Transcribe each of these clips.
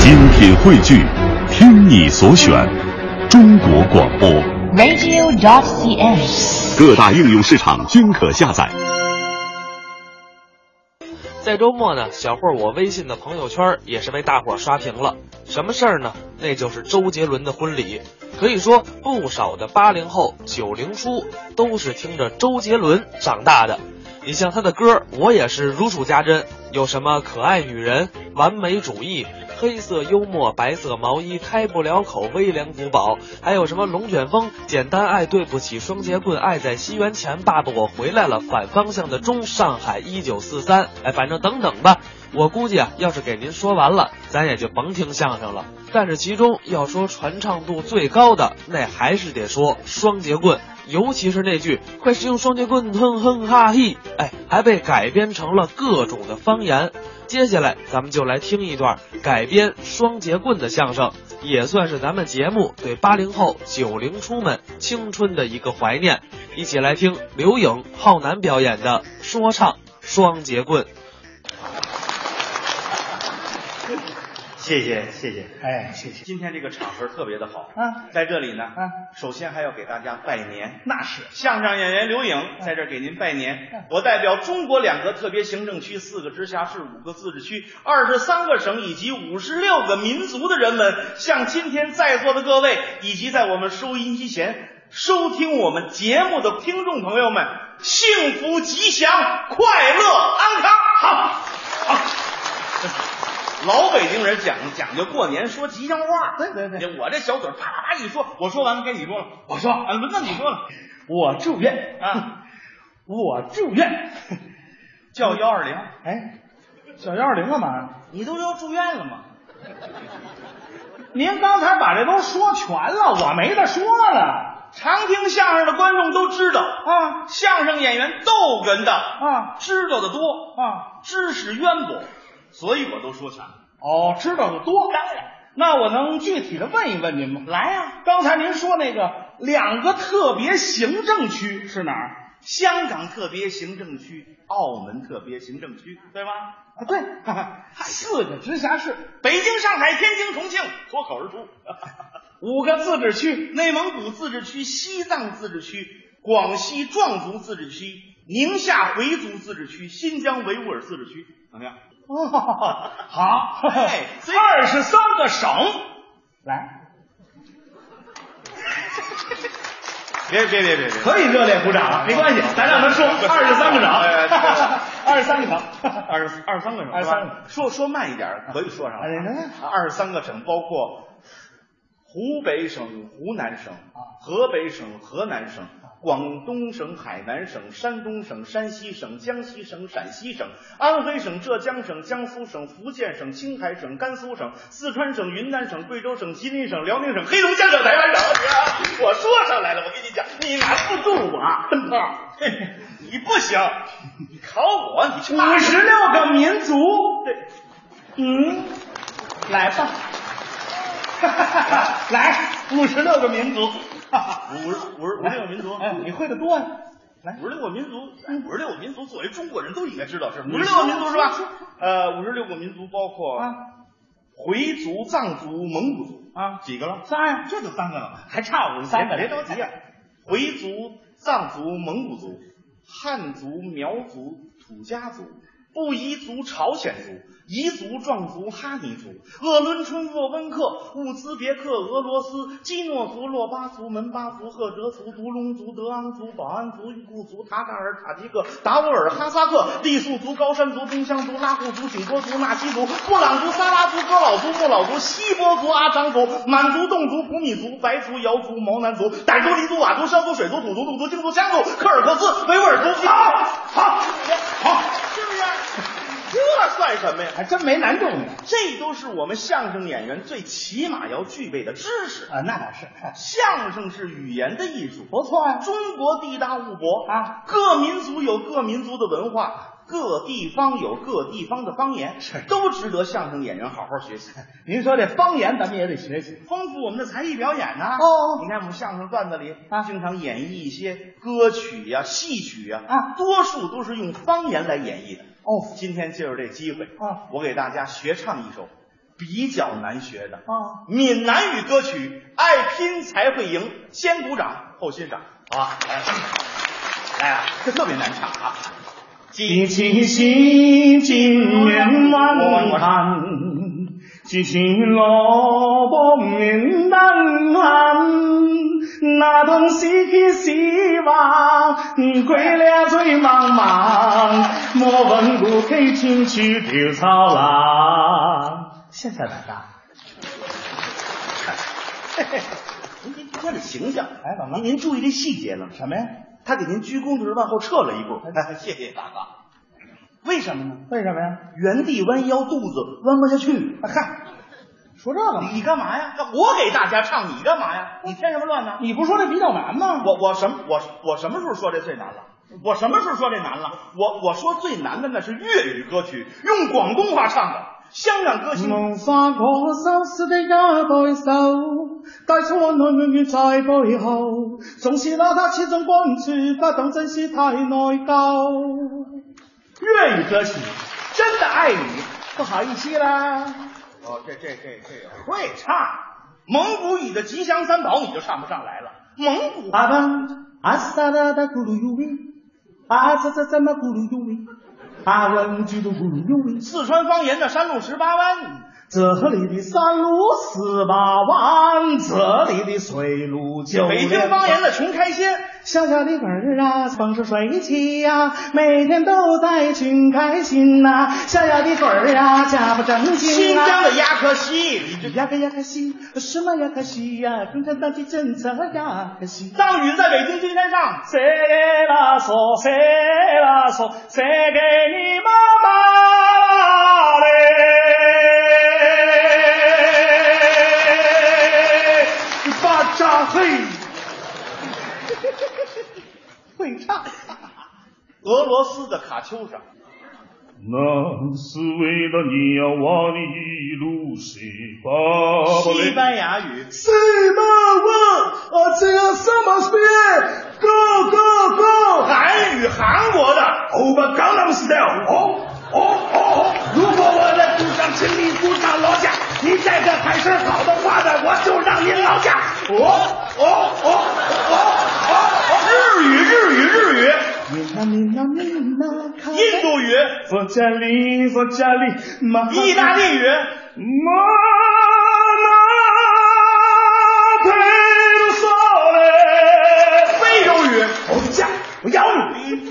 精品汇聚，听你所选，中国广播。 radio.cn。各大应用市场均可下载。在周末呢，小慧儿我微信的朋友圈也是被大伙儿刷屏了。什么事儿呢？那就是周杰伦的婚礼。可以说，不少的八零后、九零初都是听着周杰伦长大的。你像他的歌，我也是如数家珍，有什么可爱女人、完美主义、黑色幽默、白色毛衣、开不了口、威廉古堡，还有什么龙卷风、简单爱、对不起、双截棍、爱在西元前、爸爸我回来了、反方向的钟、上海一九四三，哎，反正等等吧。我估计啊，要是给您说完了，咱也就甭听相声了。但是其中要说传唱度最高的，那还是得说双截棍，尤其是那句“快使用双截棍，哼哼哈嘿”，哎，还被改编成了各种的方言。接下来咱们就来听一段改编双截棍的相声，也算是咱们节目对八零后、九零初们青春的一个怀念。一起来听刘颖、浩南表演的说唱双截棍。谢谢谢谢，哎，谢谢。今天这个场合特别的好，啊，在这里呢，啊，首先还要给大家拜年。那是啊相声演员刘颖在这儿给您拜年，我代表中国两个特别行政区、四个直辖市、五个自治区、二十三个省以及五十六个民族的人们，向今天在座的各位以及在我们收音机前收听我们节目的听众朋友们，幸福吉祥、快乐安康。好，好。老北京人讲讲究过年说吉祥话，对对对，我这小嘴啪啪啪一说，我说完了该你说了，我说啊，轮到你说了，我住院啊， 我住院。叫幺二零，哎，小幺二零干嘛？你都要住院了吗？您刚才把这都说全了，我没得说了。常听相声的观众都知道啊相声演员逗哏的啊知道的多啊，知识渊博，所以我都说全了。哦，知道的多。当然，那我能具体的问一问您吗？来啊呀、刚才您说那个两个特别行政区是哪儿？香港特别行政区、澳门特别行政区，对吗？啊，对， 四个直辖市，北京、上海、天津、重庆，脱口而出。 五个自治区。内蒙古自治区、西藏自治区、广西壮族自治区、宁夏回族自治区、新疆维吾尔自治区，怎么样？哦，好，哎所以二十三个省，来。别别别别别！可以热烈鼓掌啊，没关系，咱让他 说二十三个省哎对， 二十三个省，二十二十三个省，二十三个是吧说说慢一点，可以说上哎哎来。二十三个省包括湖北省、湖南省、河北省、河南省、广东省、海南省、山东省、山西省、江西省、陕西省、安徽省、浙江省、江苏省、福建省、青海省、甘肃省、四川省、云南省、贵州省、吉林省、辽宁省、黑龙江省、台湾省。我说上来了，我跟你讲，你拦不住我，笨胖，你不行，你考我，你去骂五人十六个民族，对嗯，来吧， 来五十六个民族，五十五十五十六个民族，哎，你会的多呀，来，嗯五十六个民族，五十六个民族作为中国人都应该知道是五你十说六个民族是吧说说？呃，五十六个民族包括啊回族、藏族、蒙古族啊几个了？仨呀，这就三个了嘛，还差五十三个，别别着急啊，回族、藏族、蒙古族、汉族、苗族、土家族。布依族、朝鲜族、彝族、壮族、哈尼族、鄂伦春、鄂温克、乌兹别克、俄罗斯、基诺族、洛巴族、门巴族、赫哲族、独龙族、德昂族、保安族、裕固族、塔塔尔、塔吉克、达斡尔、哈萨克、傈僳族、高山族、丁香族、拉祜族、景颇族、纳西族、布朗族、撒拉族、哥老族、莫老族、锡伯族、阿昌族、满族、侗族、普米族、白族、瑶族、毛南族、傣族、黎族、佤族、商族、水族、土族、怒族、京族、羌族、柯尔克斯、维吾尔族。好，好，好，是不是？这算什么呀？还真没难住你这都是我们相声演员最起码要具备的知识。啊，那倒是，相声是语言的艺术，不错呀，中国地大物博啊，各民族有各民族的文化，各地方有各地方的方言，是都值得相声演员好好学习， 您说这方言咱们也得学习，丰富我们的才艺表演呐、哦你看我们相声段子里啊经常演绎一些歌曲呀、戏曲呀，啊多数都是用方言来演绎的。哦今天借着这机会啊我给大家学唱一首比较难学的。啊，闽南语歌曲《爱拼才会赢》，先鼓掌后欣赏，好吧？来，来啊，这特别难唱啊！一起洗尽年万叹，一起萝卜面难看，那东西去希望，过了最茫茫，莫问故去亲去稻草郎。谢谢大家。哎您您看这形象，哎，怎么了？您注意这细节了什么呀？他给您鞠躬的时候往后撤了一步，哎，谢谢大哥。为什么呢？为什么呀？啊原地弯腰，肚子弯不下去。嗨，说这个你？你干嘛呀？我给大家唱，你干嘛呀？你添什么乱呢？你不是说这比较难吗？我我什么我我什么时候说这最难了？我什么时候说这难了？我我说最难的那是粤语歌曲，用广东话唱的，香港歌星望花果羞涩的一背手，带出温暖永远在背后。总是拿他始终关注，不懂珍惜太内疚。粤语歌曲，真的爱你。不好意思啦，哦，这这这这会唱蒙古语的吉祥三宝，你就唱不上来了。蒙古阿巴阿萨拉达咕噜呦喂，阿萨萨萨玛咕噜呦喂，阿文居嘟咕噜呦喂。四川方言的山路十八弯，这里的山路十八弯，这里的水路九北京连方山言的穷开心，小小的本儿啊，风生水起呀、每天都在寻开心呐、小小的鬼儿啊，家不正新经疆啊。的鸭科西，你这呀个呀个西，什么呀个西呀，共产党的政策呀个西。藏语在北京金山上，谁给他说？谁给他说？谁给你妈妈嘞？巴扎嘿，会唱。俄罗斯的卡秋莎。那是为了你呀，我的一路是爸爸西嘞。班牙语，什么问？我这个什么学？Go go go！韩语，韩国的。欧巴刚浪 style，哦哦哦哦！如果我在赌上请你鼓掌劳驾，你再敢喊声好的话呢，我就让您劳驾。哦哦哦日语，日语，日语，你那你那你那看印度语，佛家里佛家里，妈意大利语，妈妈陪着说嘞，非洲语。我家我咬你，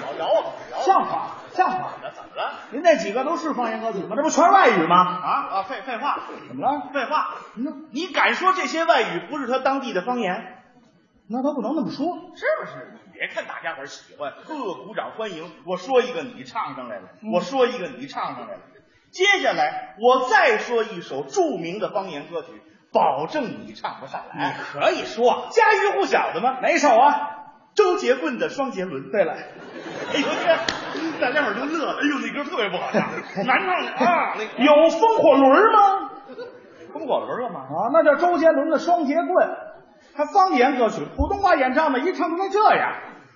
饶饶我，饶我！像话像话！怎么了？您那几个都是方言歌曲吗？这不全是外语吗？啊啊！废废话，怎么了？废话！那你敢说这些外语不是他当地的方言？那他不能那么说。是不是？你别看大家伙儿喜欢，呵，鼓掌欢迎。我说一个，你唱上来了；嗯我说一个，你唱上来了。接下来我再说一首著名的方言歌曲，保证你唱不上来。可以说家喻户晓的吗？哪首啊？周杰棍的《双杰伦》。对了，哎呦，这大家伙儿都乐了。哎呦，那歌特别不好唱， 难唱的啊！那个有风火轮吗？风火轮干嘛？啊，那叫周杰伦的《双截棍》，他方言歌曲，普通话演唱的，一唱成了这样。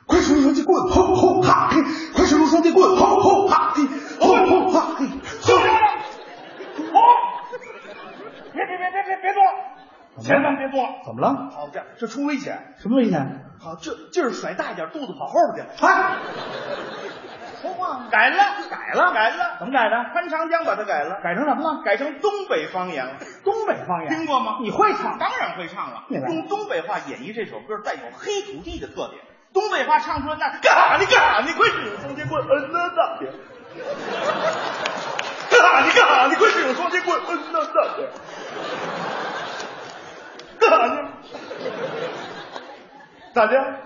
快使用双截棍，轰轰哈嘿！快使用双截棍，轰轰哈嘿！轰轰哈嘿！轰！别别别别别别动，千万别动！怎么了？好，这样这出危险。什么危险？好，这劲儿甩大一点，肚子跑后边去。哎，说话呢？改了，改了，改了。怎么改的？潘长江把它改了，改成什么了？改成东北方言了。东北方言。听过吗你会唱？当然会唱了，明白用东北话演绎这首歌，带有黑土地的特点。东北话唱出来那干哈呢？干哈呢？快使用双截棍！嗯那那别。干哈呢？干哈呢？快使用双截棍！嗯那那别。干哈呢？咋的？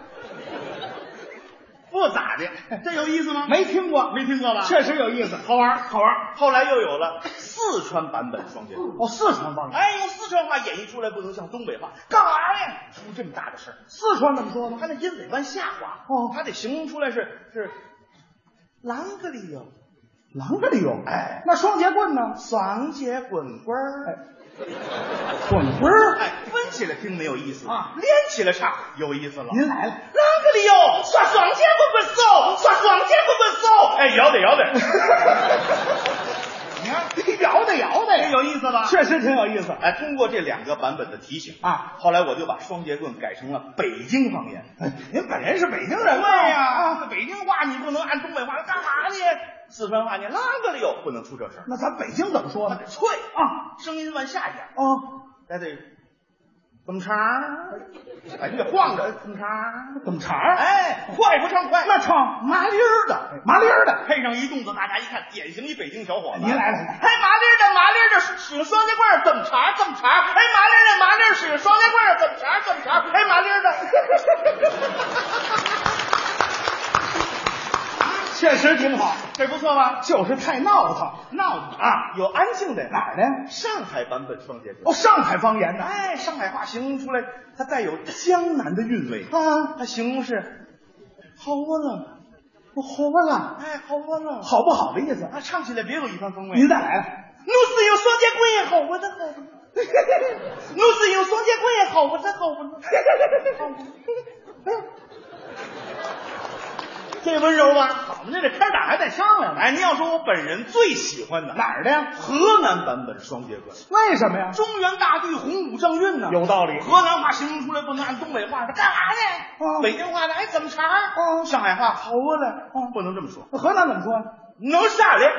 不咋的，这有意思吗？没听过，没听过吧？确实有意思，好玩，好玩。后来又有了四川版本双截棍。哦，四川方言，哎，用四川话演绎出来不能像东北话，干嘛呀？出这么大的事儿，四川怎么说他那呢？音得往下滑，哦他得形容出来是是，啷个里有啷个里有？哎，那双截棍呢？双节滚棍儿，滚棍儿。哎，分起来听没有意思啊连起来唱有意思了。您来了。啷个里有耍双节 滚滚手，耍双节滚滚手，哎，摇得摇得。看，摇的摇的呀，有意思吧？确实挺有意思。哎，通过这两个版本的提醒啊，后来我就把双截棍改成了北京方言。哎您本人是北京对人嘛？呀、啊北京话你不能按东北话干嘛呢？四川话你啷个溜，不能出这事儿，那咱北京怎么说它呢得？脆啊，声音往下一点，哦，还得怎么茬儿？哎，你得晃着怎么茬儿？怎么茬？哎，快不唱快，那唱麻利儿的，麻利儿的，配上一动作，大家一看，典型一北京小伙子。您来哎，了麻利儿的，麻利儿的，使用双截棍儿怎么茬儿怎么茬儿？哎，麻利儿的，麻利儿使用双截棍儿怎么茬儿怎么茬儿？哎，麻利 儿的，确实挺好， 这不错吧？就是太闹腾。闹腾啊，有安静的哪儿呢？上海版本双截棍。哦，上海方言的。哎，上海话形容出来，它带有江南的韵味。啊，它形容是好啊窝了，我活了，哎，好窝了，好不好的意思？啊，唱起来别有一番风味。您再来了。我是用双截棍也好，我 的好。我是用双截棍也好，我的 好。这温柔吧？我们这这开打还得商量呢。哎，您要说我本人最喜欢的哪儿的呀？河南版本双截棍，为什么呀？中原大地洪武正韵呢。有道理河南话形容出来不能按东北话，这干嘛呢？啊北京话呢？哎，怎么茬儿？啊上海话好啊了，不能这么说，河南怎么说呀？能下来。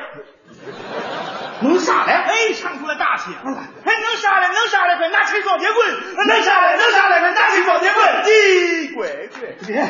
能下来？哎，唱出来大气！哎，能杀来，能杀来，快拿起双哎截棍！能杀来，能杀来，快拿起双截棍！咦，鬼鬼！别。